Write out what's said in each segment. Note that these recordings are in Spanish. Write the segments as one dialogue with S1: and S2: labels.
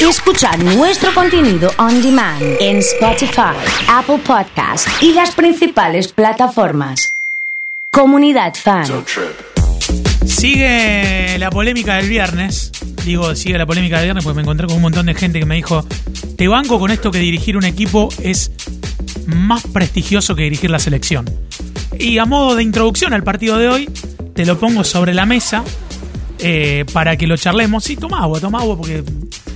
S1: y escuchar nuestro contenido on demand en Spotify, Apple Podcast y las principales plataformas. Comunidad Fan.
S2: Sigue la polémica del viernes. Digo, sigue la polémica del viernes porque me encontré con un montón de gente que me dijo, te banco con esto que dirigir un equipo es más prestigioso que dirigir la selección. Y a modo de introducción al partido de hoy, te lo pongo sobre la mesa eh, para que lo charlemos. Sí, toma agua, toma agua porque...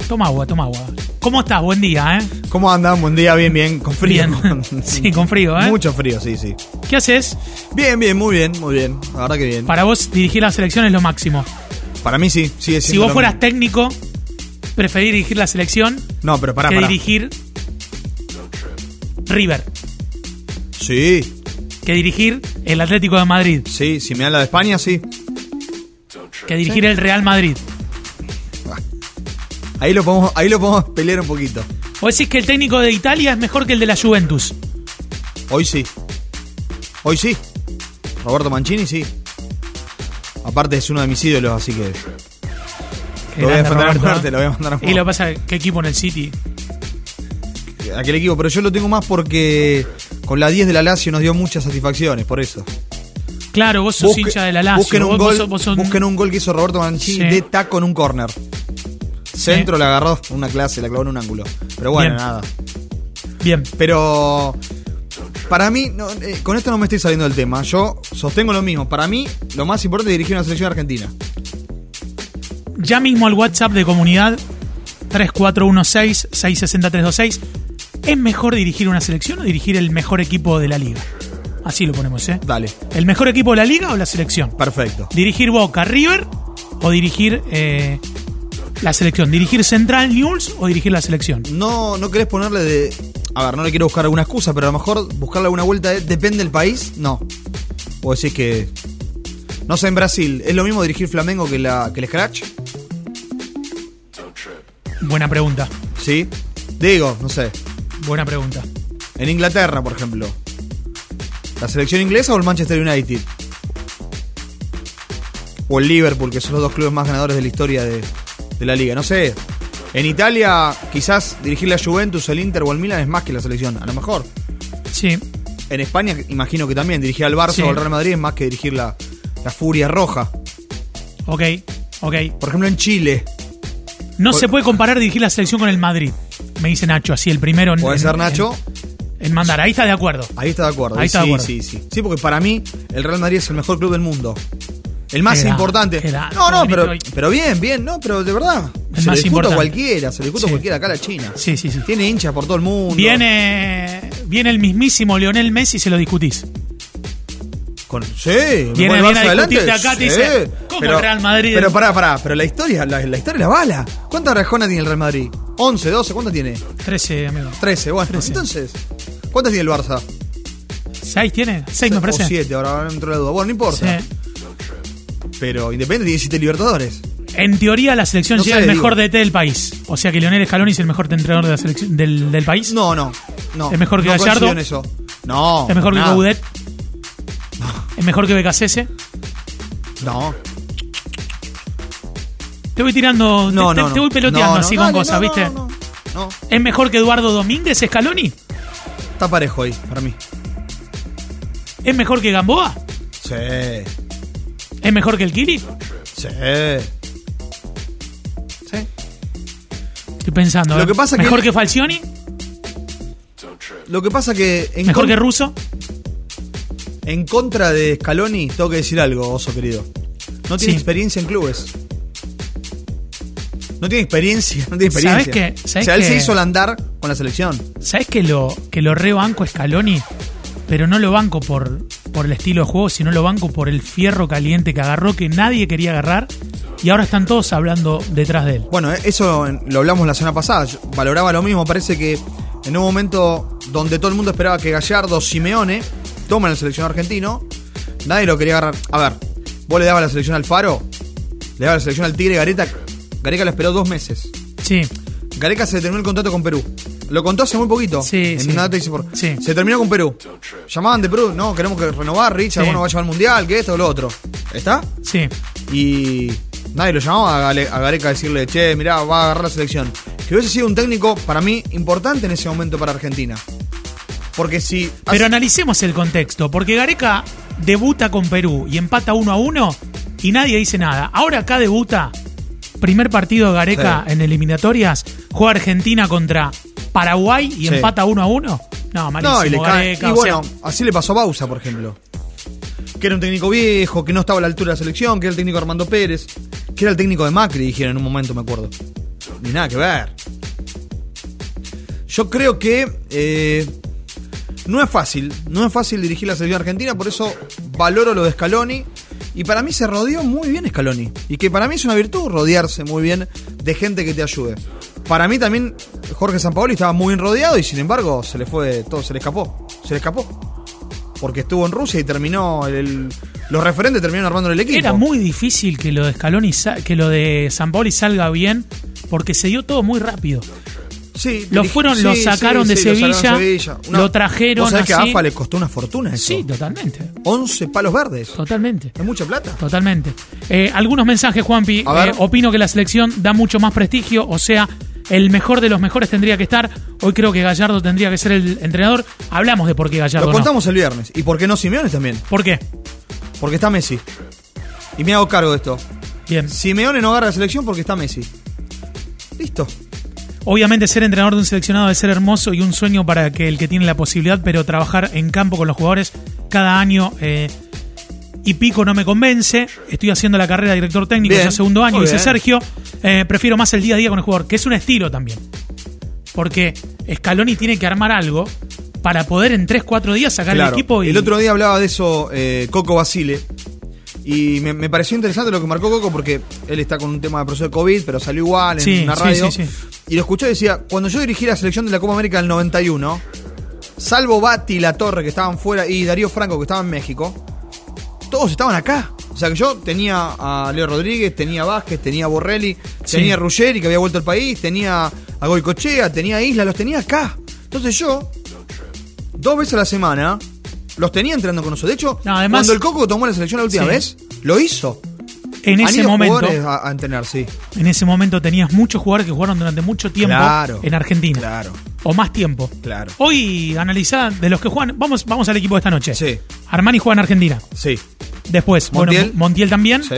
S2: Toma agua, toma agua. ¿Cómo estás? Buen día, ¿eh?
S3: ¿Cómo andan? Buen día, bien, bien, con frío.
S2: Bien. Sí, con frío, ¿eh?
S3: Mucho frío, sí, sí.
S2: ¿Qué haces?
S3: Bien, bien, muy bien, muy bien. La verdad que bien. Para,
S2: Para vos dirigir la selección es lo máximo.
S3: mí sí, sigue siendo.
S2: Si
S3: lo
S2: vos fueras
S3: mismo.
S2: técnico, preferís dirigir la selección
S3: No, pero pará,
S2: que
S3: Ah, pará.
S2: dirigir River,
S3: Sí,
S2: que dirigir el Atlético de Madrid,
S3: sí, si me habla de España, sí.
S2: que dirigir el Real Madrid.
S3: Ahí lo podemos, ahí lo podemos pelear un poquito.
S2: ¿Vos decís que el técnico de Italia es mejor que el de la Juventus?
S3: Hoy sí. Hoy sí. Roberto Mancini, sí. Aparte es uno de mis ídolos, así que
S2: Que
S3: Lo voy a
S2: grande
S3: defender a
S2: Roberto,
S3: muerte,
S2: ¿eh?
S3: lo voy a mandar a
S2: Y
S3: muerte.
S2: lo que pasa es que equipo en el City.
S3: aquel equipo. Pero yo lo tengo más porque con la 10 de la Lazio nos dio muchas satisfacciones, por eso.
S2: Claro, vos sos
S3: Busque-
S2: hincha de la Lazio.
S3: Busquen un,
S2: vos-
S3: gol,
S2: vos sos- vos sos-
S3: busquen un gol que hizo Roberto Mancini
S2: Sí.
S3: de taco en un corner. Centro la agarró una clase, la clavó en un ángulo. Pero
S2: Bien.
S3: bueno, nada.
S2: Bien.
S3: Pero para mí, no, eh, con esto no me estoy saliendo del tema. Yo sostengo lo mismo. Para mí, lo más importante es dirigir una selección argentina.
S2: Ya mismo al WhatsApp de comunidad 3416-660-326. ¿Es mejor dirigir una selección o dirigir el mejor equipo de la liga? Así lo ponemos, ¿eh?
S3: Dale,
S2: ¿El mejor equipo de la liga o la selección?
S3: perfecto.
S2: ¿Dirigir Boca River o dirigir eh, la selección? ¿Dirigir Central News o dirigir la selección?
S3: No, no querés ponerle de. A ver, no le quiero buscar alguna excusa, pero a lo mejor buscarle alguna vuelta de. Depende del país, no. O decís que. No sé, en Brasil, ¿es lo mismo dirigir Flamengo que, la, que el Scratch?
S2: Buena pregunta,
S3: Sí. Digo, no sé.
S2: buena pregunta.
S3: En Inglaterra, por ejemplo. ¿La selección inglesa o el Manchester United? O el Liverpool, que son los dos clubes más ganadores de la historia de, de la liga. No sé. En Italia, quizás dirigir la Juventus, el Inter o el Milan es más que la selección, a lo mejor.
S2: Sí,
S3: En España, imagino que también dirigir al Barça
S2: Sí.
S3: o al Real Madrid es más que dirigir la, la Furia Roja.
S2: ok, ok.
S3: Por ejemplo, en Chile,
S2: No
S3: Pod-
S2: se puede comparar dirigir la selección con el Madrid, me dice Nacho, así el primero en,
S3: puede
S2: en-
S3: ser Nacho.
S2: en- en mandar. Ahí está de acuerdo.
S3: Ahí está de acuerdo.
S2: Ahí está de
S3: sí,
S2: acuerdo.
S3: sí, sí. Sí, porque para mí el Real Madrid es el mejor club del mundo. El más
S2: Qué grande,
S3: importante.
S2: qué grande.
S3: no, no,
S2: Bonito
S3: pero,
S2: ahí.
S3: pero bien, bien, no, pero de verdad.
S2: El
S3: se
S2: más
S3: le discuto
S2: importante.
S3: a cualquiera, se le discuto a
S2: Sí.
S3: cualquiera acá a la China.
S2: Sí, sí, sí.
S3: Tiene hinchas por todo el mundo.
S2: Viene, viene el mismísimo Lionel Messi y se lo discutís.
S3: Con, sí,
S2: Viene-
S3: con el
S2: viene a
S3: Barça adelante,
S2: discutirte acá, te
S3: sí.
S2: dice, ¿cómo el Real Madrid?
S3: Pero pará, pará, pero la historia, la, la historia la bala. ¿Cuántas rajonas tiene el Real Madrid? 11, 12, ¿cuántas tiene?
S2: 13, amigo.
S3: 13, bueno,
S2: 13.
S3: entonces. ¿Cuántas tiene el Barça?
S2: ¿Seis tiene? ¿Seis me parece?
S3: O 7, ahora ahora me entró la duda. Bueno, no importa.
S2: Sí.
S3: Pero Independiente tiene 7 Libertadores.
S2: En teoría, la selección
S3: No
S2: llega
S3: sé,
S2: al
S3: digo.
S2: mejor DT del país. O sea que Lionel Scaloni es el mejor entrenador de la selección, del, del país.
S3: No, no, no.
S2: ¿Es mejor que
S3: no coincido
S2: Gallardo?
S3: en eso. No.
S2: ¿Es mejor que
S3: nada.
S2: Gaudet? ¿Es mejor que Becasese?
S3: No.
S2: Te voy tirando, te-
S3: No,
S2: te,
S3: no, no.
S2: te voy peloteando
S3: No, no,
S2: así
S3: dale,
S2: con cosas,
S3: no, no,
S2: ¿viste?
S3: No, no.
S2: ¿Es mejor que Eduardo Domínguez Scaloni?
S3: está parejo ahí, para mí.
S2: ¿Es mejor que Gamboa?
S3: Sí.
S2: ¿Es mejor que el Kili?
S3: Sí. Sí.
S2: Estoy pensando.
S3: Lo
S2: ¿eh?
S3: que pasa que-
S2: ¿Mejor que, Falcioni?
S3: Lo que pasa que en,
S2: ¿Mejor
S3: con-
S2: que Russo?
S3: en contra de Scaloni, tengo que decir algo, oso querido. No tiene
S2: Sí.
S3: experiencia en clubes. No tiene experiencia, no tiene
S2: ¿Sabés
S3: experiencia.
S2: qué? ¿Sabés
S3: o sea, él
S2: qué?
S3: se hizo el andar con la selección.
S2: ¿Sabes que lo, que lo rebanco a Scaloni? Pero no lo banco por, por el estilo de juego, sino lo banco por el fierro caliente que agarró que nadie quería agarrar y ahora están todos hablando detrás de él.
S3: Bueno, eh, eso en- lo hablamos la semana pasada. Yo valoraba lo mismo. Parece que en un momento donde todo el mundo esperaba que Gallardo, Simeone tomen el seleccionado argentino, nadie lo quería agarrar. A ver, vos le dabas la selección al Faro, le dabas la selección al Tigre Gareta. Gareca lo esperó dos meses.
S2: Sí,
S3: Gareca se terminó el contrato con Perú. Lo contó hace muy poquito.
S2: Sí,
S3: en
S2: sí.
S3: una data dice por-
S2: Sí.
S3: Se terminó con Perú. Llamaban de Perú, no, queremos que renovar, Richard,
S2: Sí.
S3: bueno, vaya al Mundial, que esto, lo otro. ¿Está?
S2: sí.
S3: Y nadie lo llamaba a, Gale- a Gareca a decirle, che, mirá, va a agarrar la selección. que hubiese sido un técnico, para mí, importante en ese momento para Argentina. Porque si.
S2: Pero
S3: hace-
S2: analicemos el contexto, porque Gareca debuta con Perú y empata 1 a 1 y nadie dice nada. Ahora acá debuta, primer partido de Gareca
S3: Sí.
S2: en eliminatorias, juega Argentina contra Paraguay y
S3: Sí.
S2: empata 1 a 1. No, malísimo
S3: no, y le cae.
S2: Gareca.
S3: y
S2: o
S3: bueno,
S2: sea,
S3: así le pasó a Bausa, por ejemplo. Que era un técnico viejo, que no estaba a la altura de la selección, que era el técnico Armando Pérez, que era el técnico de Macri, dijeron en un momento, me acuerdo. Ni nada que ver. Yo creo que eh, no es fácil, no es fácil dirigir la selección argentina, por eso valoro lo de Scaloni. Y para mí se rodeó muy bien Scaloni. Y que para mí es una virtud rodearse muy bien de gente que te ayude. Para mí también Jorge Sampaoli estaba muy bien rodeado y sin embargo se le fue todo, se le escapó. Se le escapó. Porque estuvo en Rusia y terminó el- el- los referentes terminaron armando el equipo.
S2: era muy difícil que lo de Scaloni sa- que lo de San salga bien porque se dio todo muy rápido.
S3: Sí,
S2: Lo
S3: dirigi-
S2: fueron, lo sacaron de
S3: lo sacaron
S2: Sevilla,
S3: de Una-
S2: lo trajeron
S3: ¿Vos sabés que a
S2: así?
S3: AFA le costó una fortuna eso?
S2: Sí, totalmente.
S3: 11 palos verdes.
S2: Totalmente.
S3: Es mucha plata.
S2: Totalmente. Eh, algunos mensajes, Juanpi.
S3: A ver.
S2: Eh, opino que la selección da mucho más prestigio, o sea, el mejor de los mejores tendría que estar. Hoy creo que Gallardo tendría que ser el entrenador. Hablamos de por qué Gallardo.
S3: Lo
S2: no.
S3: contamos el viernes. ¿Y por qué no Simeone también?
S2: ¿Por qué?
S3: Porque está Messi. Y me hago cargo de esto.
S2: Bien.
S3: Simeone no agarra la selección porque está Messi. Listo.
S2: Obviamente ser entrenador de un seleccionado debe ser hermoso y un sueño para que el que tiene la posibilidad, pero trabajar en campo con los jugadores cada año eh, y pico no me convence. Estoy haciendo la carrera de director técnico
S3: Bien,
S2: ya segundo año,
S3: muy
S2: dice
S3: bien.
S2: Sergio. Eh, prefiero más el día a día con el jugador, que es un estilo también. Porque Scaloni tiene que armar algo para poder en 3-4 días sacar
S3: Claro.
S2: el equipo y
S3: El otro día hablaba de eso eh, Coco Basile. Y me, me pareció interesante lo que marcó Coco porque él está con un tema de proceso de COVID, pero salió igual en
S2: Sí,
S3: una
S2: sí,
S3: radio.
S2: sí, sí.
S3: Y lo escuché y decía, cuando yo dirigí la selección de la Copa América del 91, salvo Bati y La Torre que estaban fuera y Darío Franco que estaba en México, todos estaban acá. O sea que yo tenía a Leo Rodríguez, tenía a Vázquez, tenía a Borrelli,
S2: Sí.
S3: tenía a Ruggeri que había vuelto al país, tenía a Goicochea, tenía a Isla, los tenía acá. Entonces yo, dos veces a la semana, los tenía entrando con nosotros. De hecho,
S2: No, además-
S3: cuando el Coco tomó la selección la última
S2: Sí.
S3: vez, lo hizo.
S2: en
S3: Han
S2: ese
S3: ido
S2: momento.
S3: jugadores A, a entrenar, sí.
S2: En ese momento tenías muchos jugadores que jugaron durante mucho tiempo
S3: Claro.
S2: en Argentina.
S3: Claro.
S2: O más tiempo.
S3: Claro.
S2: Hoy analizá de los que juegan. Vamos, vamos al equipo de esta noche.
S3: Sí.
S2: Armani juega en Argentina.
S3: Sí.
S2: Después,
S3: Montiel.
S2: bueno, Montiel también.
S3: Sí.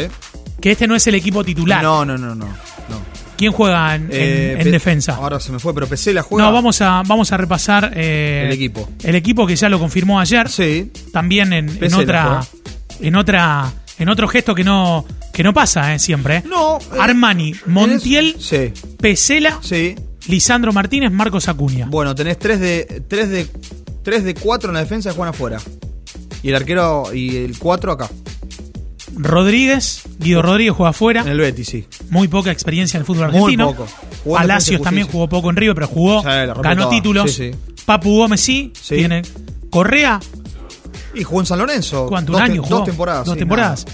S2: Que este no es el equipo titular.
S3: No, no, no, no. no.
S2: ¿Quién juega en, en-
S3: Eh,
S2: en
S3: Pe-
S2: defensa?
S3: Ahora se me fue, pero PC la juega.
S2: No, vamos a, vamos a repasar eh,
S3: El equipo.
S2: El equipo que ya lo confirmó ayer.
S3: Sí.
S2: También en, en
S3: Pesela
S2: otra.
S3: juega.
S2: En otra. En otro gesto que no. que no pasa, eh, siempre. eh.
S3: No. eh,
S2: Armani, Montiel,
S3: tenés- Sí.
S2: Pesela,
S3: Sí.
S2: Lisandro Martínez, Marcos Acuña.
S3: Bueno, tenés 3 de, 3 de, 3 de 4 en la defensa que juegan afuera. Y el arquero y el 4 acá.
S2: Rodríguez, Guido Rodríguez juega afuera.
S3: En el Betis, sí.
S2: muy poca experiencia en el fútbol
S3: Muy
S2: argentino.
S3: poco. Jugó en Defensa y
S2: Palacios
S3: Justicia.
S2: también jugó poco en Río, pero jugó,
S3: Sí, la rompió
S2: ganó
S3: toda.
S2: títulos.
S3: Sí,
S2: Papu Gómez sí,
S3: Sí.
S2: tiene Correa,
S3: Y jugó en San Lorenzo.
S2: ¿cuánto?
S3: Dos
S2: Un
S3: te-
S2: año jugó.
S3: Dos temporadas.
S2: Dos
S3: sí,
S2: temporadas.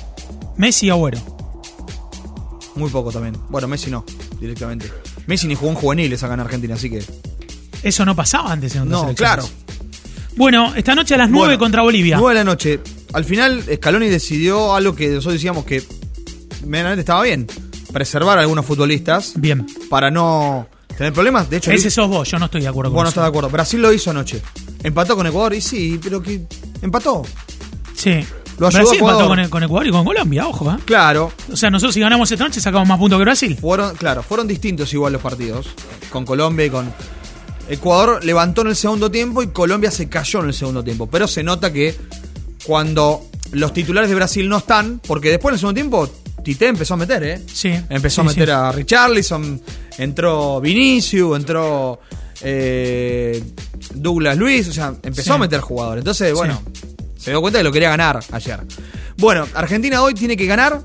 S2: Messi y Agüero.
S3: nada. Muy poco también. Bueno, Messi no, directamente. Messi ni jugó en juveniles acá en Argentina, así que.
S2: Eso no pasaba antes en otras
S3: No, claro.
S2: selecciones. Bueno, esta noche a las 9
S3: Bueno,
S2: contra Bolivia.
S3: 9 de la noche. Al final, Scaloni decidió algo que nosotros decíamos que medianamente estaba bien. Preservar a algunos futbolistas
S2: Bien.
S3: para no tener problemas. De hecho,
S2: Ese sos vos, yo no estoy de acuerdo con
S3: Bueno,
S2: eso.
S3: está de acuerdo. Brasil lo hizo anoche. Empató con Ecuador y sí, pero que empató.
S2: Sí.
S3: Lo ayudó
S2: Brasil
S3: Ecuador.
S2: empató con, con Ecuador y con Colombia, ojo. ¿eh?
S3: Claro,
S2: O sea, nosotros si ganamos esta noche sacamos más puntos que Brasil.
S3: fueron, claro, fueron distintos igual los partidos. Con Colombia y con Ecuador levantó en el segundo tiempo y Colombia se cayó en el segundo tiempo. Pero se nota que cuando los titulares de Brasil no están, porque después en el segundo tiempo Tite empezó a meter, ¿eh?
S2: Sí.
S3: Empezó
S2: Sí,
S3: a meter
S2: sí.
S3: a Richarlison, entró Vinicius, entró eh, Douglas Luis, o sea, empezó
S2: Sí.
S3: a meter jugadores. Entonces, bueno, se dio cuenta que lo quería ganar ayer. Bueno, Argentina hoy tiene que ganar.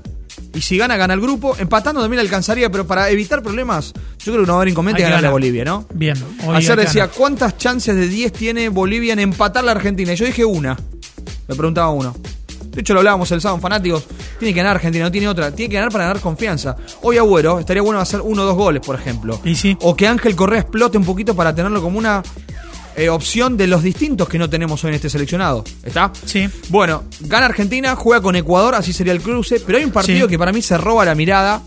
S3: Y si gana, gana el grupo. Empatando también alcanzaría, pero para evitar problemas, yo creo que no va a haber inconveniente
S2: Hay que
S3: ganar a
S2: ganar.
S3: Bolivia, ¿no?
S2: Bien. hoy hay
S3: Ayer
S2: que
S3: decía,
S2: ganar.
S3: ¿cuántas chances de 10 tiene Bolivia en empatar la Argentina? Y yo dije una. Me preguntaba uno. De hecho, lo hablábamos el sábado, en fanáticos. Tiene que ganar Argentina, no tiene otra. Tiene que ganar para ganar confianza. Hoy Agüero estaría bueno hacer uno o dos goles, por ejemplo.
S2: Y sí.
S3: O que Ángel Correa explote un poquito para tenerlo como una eh, opción de los distintos que no tenemos hoy en este seleccionado. ¿Está?
S2: Sí.
S3: Bueno, gana Argentina, juega con Ecuador, así sería el cruce. Pero hay un partido
S2: Sí.
S3: que para mí se roba la mirada.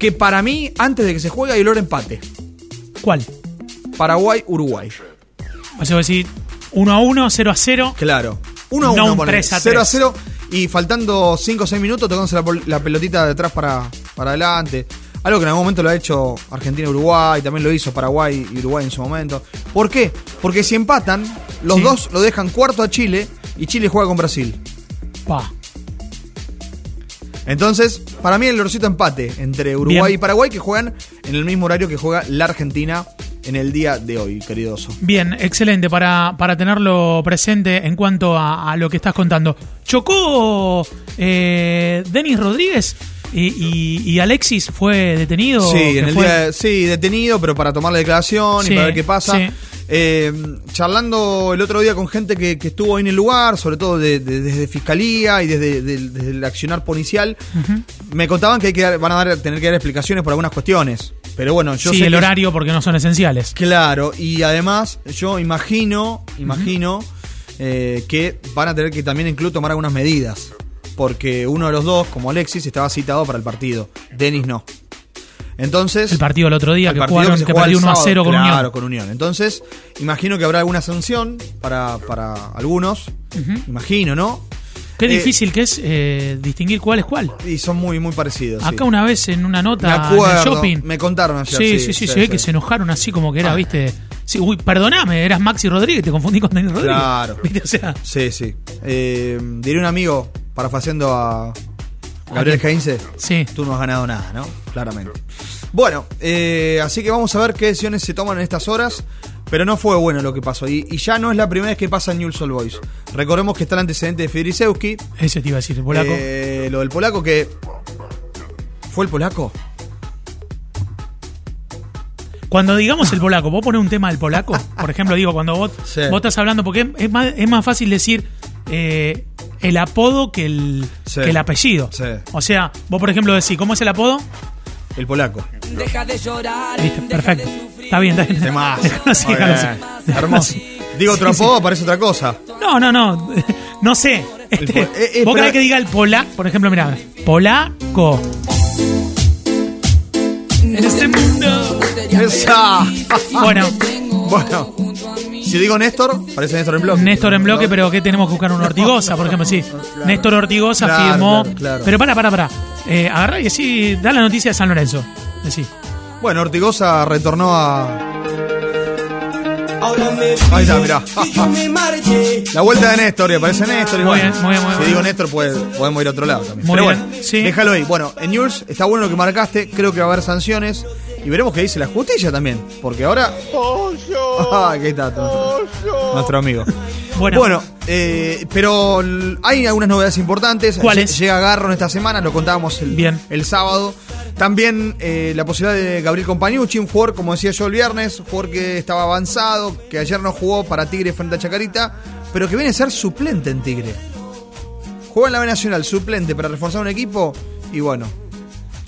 S3: Que para mí, antes de que se juegue, hay olor a empate.
S2: ¿Cuál?
S3: Paraguay-Uruguay.
S2: O sea, vos decís 1 a 1, 0 a 0.
S3: Claro. 1 a
S2: No
S3: 1,
S2: un 3 a
S3: 0 a
S2: 3.
S3: 0. Y faltando 5 o 6 minutos, tocándose la, pol- la pelotita de atrás para, para adelante. Algo que en algún momento lo ha hecho Argentina-Uruguay, también lo hizo Paraguay y Uruguay en su momento. ¿Por qué? Porque si empatan, los
S2: Sí.
S3: dos lo dejan cuarto a Chile y Chile juega con Brasil.
S2: Pa.
S3: Entonces, para mí el lorcito empate entre Uruguay
S2: Bien.
S3: y Paraguay que juegan en el mismo horario que juega la Argentina en el día de hoy, querido Oso.
S2: Bien, excelente, para, para tenerlo presente en cuanto a, a lo que estás contando. ¿Chocó eh, Denis Rodríguez y, y- y Alexis fue detenido?
S3: Sí,
S2: que
S3: en el
S2: fue-
S3: día de- sí, detenido, pero para tomar la declaración
S2: Sí,
S3: y para ver qué pasa.
S2: sí.
S3: Eh, charlando el otro día con gente que, que estuvo ahí en el lugar, sobre todo de- de- desde fiscalía y desde, del- desde el accionar policial, me contaban que, hay que dar- van a dar- tener que dar explicaciones por algunas cuestiones. Pero bueno, yo
S2: Sí,
S3: sé
S2: el
S3: que-
S2: horario porque no son esenciales.
S3: Claro, y además yo imagino, imagino eh, que van a tener que también incluso tomar algunas medidas. Porque uno de los dos, como Alexis, estaba citado para el partido. Denis no. Entonces.
S2: El partido el otro día
S3: al
S2: que
S3: partido
S2: jugaron,
S3: se
S2: que,
S3: juega
S2: perdió
S3: el
S2: 1 a
S3: sábado,
S2: 0 con
S3: claro,
S2: Unión.
S3: con Unión. Entonces, imagino que habrá alguna sanción para, para algunos.
S2: Ujú.
S3: Imagino, ¿no?
S2: Qué
S3: Eh,
S2: difícil que es eh, distinguir cuál es cuál.
S3: Y son muy, muy parecidos. sí.
S2: Acá una vez en una
S3: Me
S2: nota en el
S3: acuerdo,
S2: shopping.
S3: Me contaron ayer.
S2: Sí, sí, sí, sí, que se enojaron así como que era,
S3: Ah.
S2: viste. Sí, uy, perdoname, eras Maxi Rodríguez, te confundí con Denis Rodríguez.
S3: Claro.
S2: ¿Viste? O sea,
S3: Sí, sí. Eh, diré un amigo, parafaseando a Gabriel Heinze,
S2: sí.
S3: tú no has ganado nada, ¿no? Claramente. Bueno, eh, así que vamos a ver qué decisiones se toman en estas horas, pero no fue bueno lo que pasó. Y, y ya no es la primera vez que pasa en Newell's Old Boys. Recordemos que está el antecedente de Fidrisewski,
S2: Eso te iba a decir, el polaco.
S3: eh, lo del polaco que... ¿Fue el polaco?
S2: Cuando digamos el polaco, vos pones un tema del polaco, por ejemplo, digo, cuando vos,
S3: Sí.
S2: vos estás hablando, porque es, es más, es más fácil decir eh, el apodo que el,
S3: Sí.
S2: que el apellido.
S3: Sí.
S2: O sea, vos, por ejemplo, decís, ¿cómo es el apodo?
S3: El polaco.
S4: Deja de llorar.
S2: Viste,
S4: deja
S2: perfecto.
S4: de sufrir.
S2: Está bien, está bien.
S3: Temazo.
S2: Dejalo así,
S3: Muy
S2: dejalo
S3: bien.
S2: así. Dejalo
S3: Hermoso.
S2: así.
S3: Digo
S2: Sí,
S3: otro
S2: sí.
S3: apodo, parece otra cosa.
S2: No, no, no. No sé. Este,
S3: po- eh, eh,
S2: vos
S3: pero-
S2: querés que diga el polaco, por ejemplo, mirá, polaco. En este mundo.
S3: Esa.
S2: Bueno,
S3: Bueno, si digo Néstor, parece Néstor en bloque.
S2: Néstor en bloque, pero ¿qué tenemos que buscar? Un Ortigosa, por ejemplo, sí. Néstor Ortigosa
S3: Claro,
S2: firmó.
S3: claro, claro.
S2: Pero para, para, para. Eh, agarrá y decí, da la noticia de San Lorenzo. Decí.
S3: Bueno, Ortigosa retornó a. Ahí está, mirá. La vuelta de Néstor, y aparece Néstor. Y
S2: Muy
S3: bueno,
S2: bien, muy bien, muy
S3: Si
S2: bien.
S3: digo Néstor, pues, podemos ir a otro lado también.
S2: Muy
S3: Pero
S2: bien,
S3: bueno,
S2: sí.
S3: déjalo ahí. Bueno, en News está bueno lo que marcaste. Creo que va a haber sanciones. Y veremos qué dice la justicia también. Porque ahora. Ah, qué tato. Nuestro amigo.
S2: Bueno.
S3: eh, pero l- hay algunas novedades importantes.
S2: ¿Cuáles?
S3: Lle- Llega Garro esta semana, lo contábamos el,
S2: Bien.
S3: el sábado. También eh, la posibilidad de Gabriel Compañucci, un jugador, como decía yo el viernes, un jugador que estaba avanzado, que ayer no jugó para Tigre frente a Chacarita, pero que viene a ser suplente en Tigre. Juega en la B Nacional, suplente para reforzar un equipo, y bueno,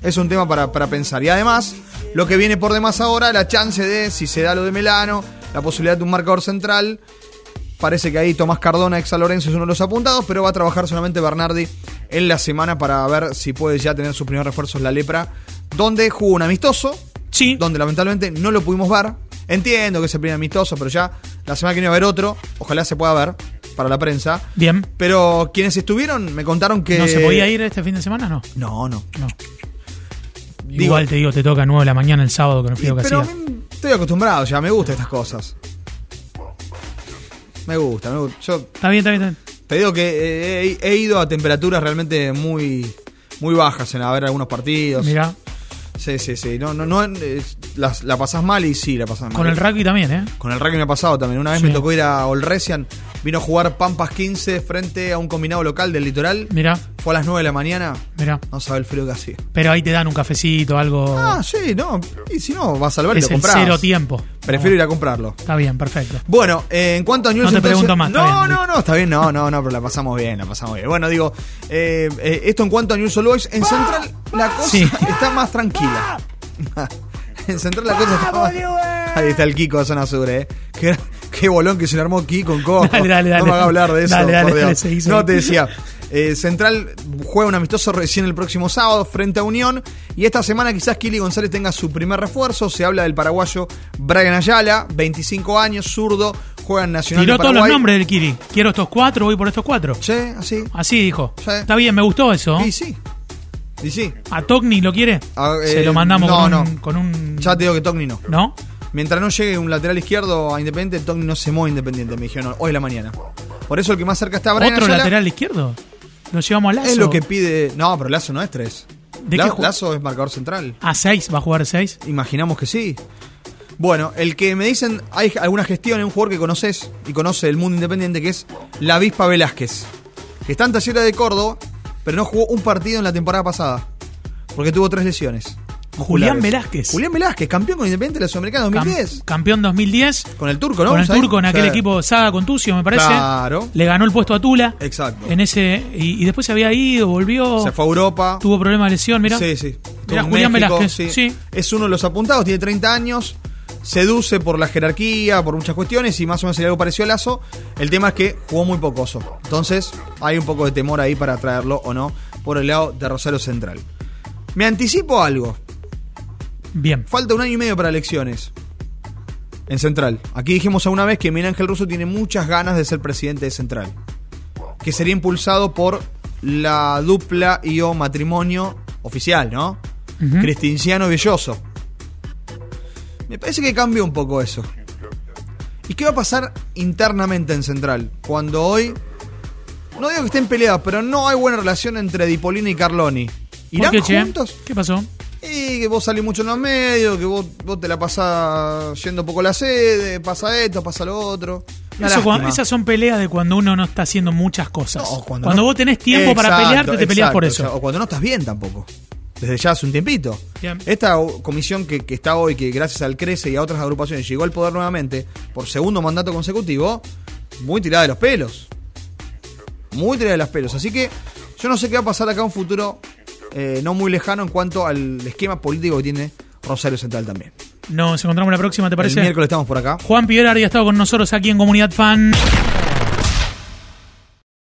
S3: es un tema para, para pensar. Y además, lo que viene por demás ahora, la chance de, si se da lo de Melano, la posibilidad de un marcador central. Parece que ahí Tomás Cardona, ex San Lorenzo, es uno de los apuntados, pero va a trabajar solamente Bernardi en la semana para ver si puede ya tener sus primeros refuerzos la lepra, donde jugó un amistoso,
S2: Sí.
S3: donde lamentablemente no lo pudimos ver. Entiendo que es el primer amistoso, pero ya la semana que viene va a haber otro, ojalá se pueda ver para la prensa.
S2: Bien.
S3: Pero quienes estuvieron me contaron que...
S2: ¿No se podía ir este fin de semana? No.
S3: No, no.
S2: no.
S3: Digo-
S2: Igual te digo, te toca a 9 de la mañana el sábado con el frío
S3: Y-
S2: que
S3: pero
S2: hacía.
S3: a mí estoy acostumbrado ya, me gustan estas cosas. Me gusta, me gusta. Yo
S2: Está bien, está bien, está bien.
S3: te digo que eh, he, he ido a temperaturas realmente muy, muy bajas en a ver algunos partidos.
S2: Mirá.
S3: Sí, sí, sí. No, no, no, eh, las- la pasás mal y sí, la pasás mal.
S2: Con el rugby también, ¿eh?
S3: Con el rugby me ha pasado también. Una vez
S2: Sí.
S3: me tocó ir a Olresian, vino a jugar Pampas 15 frente a un combinado local del litoral.
S2: Mirá,
S3: Fue a las 9 de la mañana,
S2: mirá.
S3: no sabe el frío que hacía.
S2: Pero ahí te dan un cafecito, algo.
S3: Ah, sí, no. Y si no, vas al bar
S2: Oh.
S3: y
S2: es
S3: lo
S2: el
S3: comprás.
S2: cero tiempo.
S3: Prefiero ir a comprarlo.
S2: Está bien, perfecto.
S3: Bueno, eh, en cuanto a News,
S2: No te pregunto más, está
S3: No,
S2: bien.
S3: no, no, está bien, no, no, no, pero la pasamos bien, la pasamos bien. Bueno, digo, eh, eh, esto en cuanto a News All Boys, en Central la cosa
S2: Sí.
S3: está más tranquila. en Central la cosa está más. Ahí está el Kiko de Zona Sur, eh. Qué, qué bolón que se le armó Kiko con Coco.
S2: Dale, dale,
S3: No me
S2: dale.
S3: haga hablar de eso,
S2: Dale, dale,
S3: por Dios.
S2: dale, se hizo.
S3: No, te decía. Eh, Central juega un amistoso recién el próximo sábado frente a Unión. Y esta semana quizás Kili González tenga su primer refuerzo. Se habla del paraguayo Brian Ayala, 25 años, zurdo, juega en Nacional
S2: Tiró
S3: de
S2: todos
S3: Paraguay.
S2: los nombres del Kiri. Quiero estos cuatro, voy por estos cuatro.
S3: Sí, así.
S2: Así dijo.
S3: Sí.
S2: Está bien, me gustó eso.
S3: Y sí. Y sí.
S2: ¿A Togni lo quiere?
S3: A-
S2: Se
S3: eh,
S2: lo mandamos
S3: no,
S2: con, un,
S3: no.
S2: con un-
S3: Ya te digo que Togni no.
S2: ¿No?
S3: Mientras no llegue un lateral izquierdo a Independiente, Togni no se mueve a Independiente, me dijeron hoy en la mañana. Por eso el que más cerca está a Brian
S2: ¿Otro
S3: Ayala
S2: lateral izquierdo? ¿Lo llevamos a Lazo?
S3: es lo que pide. No, pero Lazo no es tres.
S2: ¿De
S3: La-
S2: qué ju-
S3: Lazo es marcador central.
S2: ¿A 6? ¿Va a jugar 6?
S3: Imaginamos que sí. Bueno, el que me dicen, hay alguna gestión en un jugador que conoces y conoce el mundo independiente, que es la Vispa Velázquez. Que está en Talleres de Córdoba, pero no jugó un partido en la temporada pasada. Porque tuvo tres lesiones.
S2: Julián
S3: musculares.
S2: Velázquez.
S3: Julián Velázquez, campeón con Independiente de la Sudamericana 2010.
S2: Cam- campeón 2010.
S3: con el turco, ¿no?
S2: Con el
S3: ¿Sabés?
S2: turco en aquel
S3: Sí.
S2: equipo Saga Contucio, me parece.
S3: Claro.
S2: Le ganó el puesto a Tula.
S3: Exacto.
S2: En ese, y, y después se había ido, volvió.
S3: Se fue a Europa.
S2: Tuvo problemas de lesión, mira.
S3: Sí, sí.
S2: Mirá,
S3: Con
S2: Julián
S3: México,
S2: Velázquez,
S3: Sí.
S2: sí.
S3: Es uno de los apuntados, tiene 30 años. Seduce por la jerarquía, por muchas cuestiones y más o menos sería algo parecido a Lazo. El tema es que jugó muy pocoso. Entonces, hay un poco de temor ahí para traerlo o no por el lado de Rosario Central. Me anticipo algo.
S2: Bien.
S3: Falta un año y medio para elecciones en Central. Aquí dijimos alguna vez que Miguel Ángel Russo tiene muchas ganas de ser presidente de Central. Que sería impulsado por la dupla y o matrimonio oficial, ¿no?
S2: Ujú.
S3: Cristinciano Belloso. Me parece que cambia un poco eso. ¿Y qué va a pasar internamente en Central? Cuando hoy. No digo que estén peleadas, pero no hay buena relación entre Dipolini y Carloni.
S2: ¿Por
S3: ¿Irán
S2: qué, che?
S3: juntos?
S2: ¿Qué pasó?
S3: Y que vos salís mucho en los medios, que vos, vos te la pasás yendo poco a la sede, pasa esto, pasa lo otro. Una
S2: Eso
S3: lástima.
S2: cuando- esas son peleas de cuando uno no está haciendo muchas cosas.
S3: No,
S2: cuando
S3: no-
S2: vos tenés tiempo para
S3: Exacto,
S2: pelearte, te peleas
S3: exacto,
S2: por
S3: o sea,
S2: eso.
S3: o cuando no estás bien tampoco. Desde ya hace un tiempito.
S2: Bien.
S3: Esta o- comisión que, que está hoy, que gracias al Crece y a otras agrupaciones llegó al poder nuevamente por segundo mandato consecutivo, muy tirada de los pelos. Muy tirada de los pelos. Así que yo no sé qué va a pasar acá en un futuro eh, no muy lejano en cuanto al esquema político que tiene Rosario Central también.
S2: Nos encontramos la próxima, ¿te
S3: El
S2: parece?
S3: miércoles estamos por acá.
S2: Juan Piedra ha estado con nosotros aquí en Comunidad Fan.